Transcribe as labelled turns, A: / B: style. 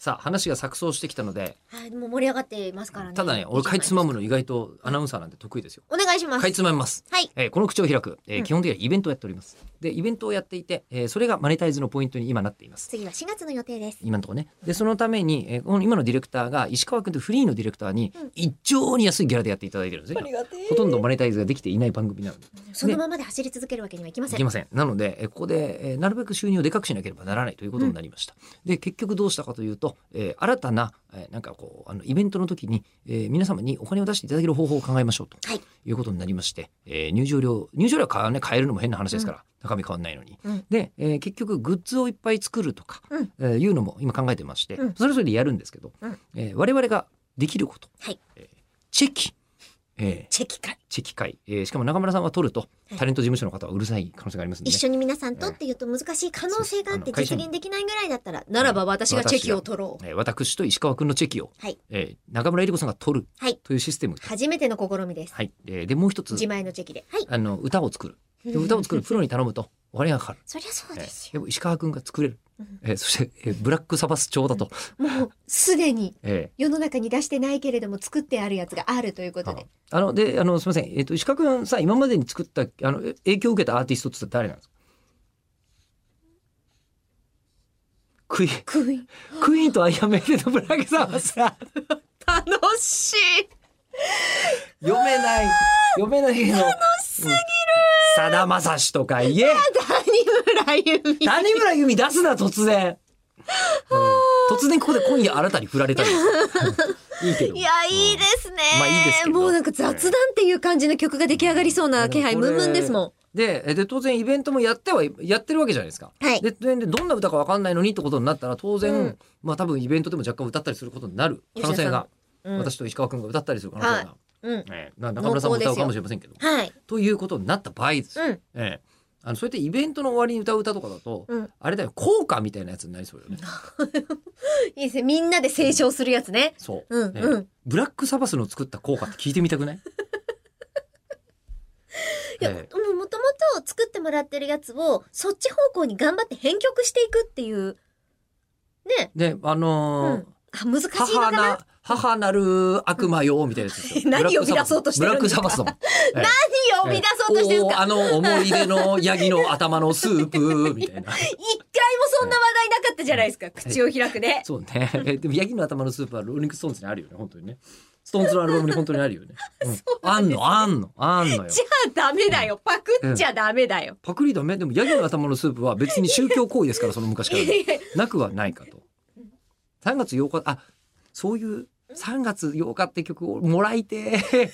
A: さあ話が錯綜してきたので
B: はい、もう盛り上がっていますからね。
A: ただね俺かいつまむの意外とアナウンサーなんて得意ですよ
B: お願いします。
A: かいつまみます
B: はい。
A: えーこの口を開く、えー
B: うん
A: 基本的にはイベントをやっておりますでイベントをやっていて、えーそれがマネタイズのポイントに今なっています
B: 次は4月の予定です。
A: 今のところねでそのために、えーこの今のディレクターが石川君とフリーのディレクターに
B: うん
A: 一丁に安いギャラでやっていただいてるんですね、
B: がて
A: ほとんどマネタイズができていない番組なので
B: そのままで走り続けるわけにはいきま
A: い
B: せん。
A: けませんなのでえーここで、えーなるべく収入をでかくしなければならないということになりました、で結局どうしたかというと、えー新たな、えーなんかこうあのイベントの時に、えー皆様にお金を出していただける方法を考えましょうと
B: はい
A: いうことになりまして、えー入場料入場料は、ね、変えるのも変な話ですから、中身変わんないのに、
B: うん
A: で、えー結局グッズをいっぱい作るとか、
B: うん
A: えーいうのも今考えてまして、
B: うん
A: それぞれでやるんですけど、
B: うん
A: えー我々ができること、
B: はい
A: えーチェキ、えー
B: チェキ会。
A: チェキ会、えーしかも中村さんは取ると
B: はい
A: タレント事務所の方はうるさい可能性がありますので、
B: 一緒に皆さんとっていうと難しい可能性があって
A: そうですあの会社
B: 実
A: に
B: 現できないぐらいだったら、ならば私がチェキを取ろう。
A: えー私と石川君のチェキを、
B: はい
A: えー中村江里子さんが取る
B: はい
A: というシステム、はい
B: 初めての試みです。
A: えーでもう一つ
B: 自前のチェキで。はい。
A: あの歌を作るで歌を作るプロに頼むとお金がかかる。
B: そりゃそう
A: え
B: です
A: ー
B: よ。
A: でも石川君が作れる
B: うん、
A: えーそして、えーブラックサバス調だと、
B: もうすでに
A: え
B: 世の中に出してないけれども作ってあるやつがあるというこ
A: ー
B: とで。
A: あのであのすみません、えー、と石川君さ今までに作ったあのえ影響を受けたアーティストって誰なんですかクイーン
B: クイーン。
A: クイーンとアイアンメイデンのブラックサバスだ
B: 楽し い。
A: 読めない読めないけど楽しすぎるさだまさしとか言え
B: 谷村由美。
A: 谷村由美出すな突然、うん突然ここで今夜新たに振られたんです いいけど
B: いや、いいですね。
A: まあいいですけど
B: もうなんか雑談っていう感じの曲が出来上がりそうな気配
A: うん
B: ムンムンですも
A: でえで当然イベントもやってはやってるわけじゃないですか
B: ん。はい。
A: でででどんな歌か分かんないのにってことになったら当然、
B: うん
A: まあ多分イベントでも若干歌ったりすることになる可能性が、
B: うん、
A: 私と石川君が歌ったりする可能性が、
B: うん。
A: ええな中村さんも歌うかもしれませんけど
B: はい。
A: ということになった場合ですよ、
B: うん。
A: ええ、あのそうやってイベントの終わりに歌う歌とかだと、
B: うん
A: あれだよ効果みたいなやつになりそうよね。
B: いいですね。みんなで斉唱するやつね。
A: そう、
B: うん
A: ええ
B: うん
A: ブラックサバスの作った効果って聞いてみ たくない
B: いや、も
A: ええ
B: ともと作ってもらってるやつを、そっち方向に頑張って編曲していくっていう。ね。
A: であのー
B: うんあ、難しいの
A: 母
B: かな
A: な母なる悪魔よみたいなやつですよ
B: 何呼び出そうとしてる
A: ブラッ
B: ん
A: ク
B: です
A: サ
B: か
A: バスだもん
B: 何を生み出 そうとしてるん
A: お
B: で
A: ー
B: すか
A: あの思い出のヤギの頭のスープみたいな
B: 一回もそんな話題なかったじゃないですか。口を開くね。
A: そうね えでもヤギの頭のスープはローリングストーンズにあるよね本当にねストーンズのアルバムに本当にあるよね、うん
B: そうな
A: あ
B: ん
A: ん
B: です
A: のあんのあんのよ
B: じゃあダメだよ。パクっちゃダメだよ。
A: パクリだめでもヤギの頭のスープは別に宗教行為ですからその昔
B: い
A: か
B: や
A: ら
B: いやいや
A: なくはないかと3月8日あそういう3月8日って曲をもらいてえ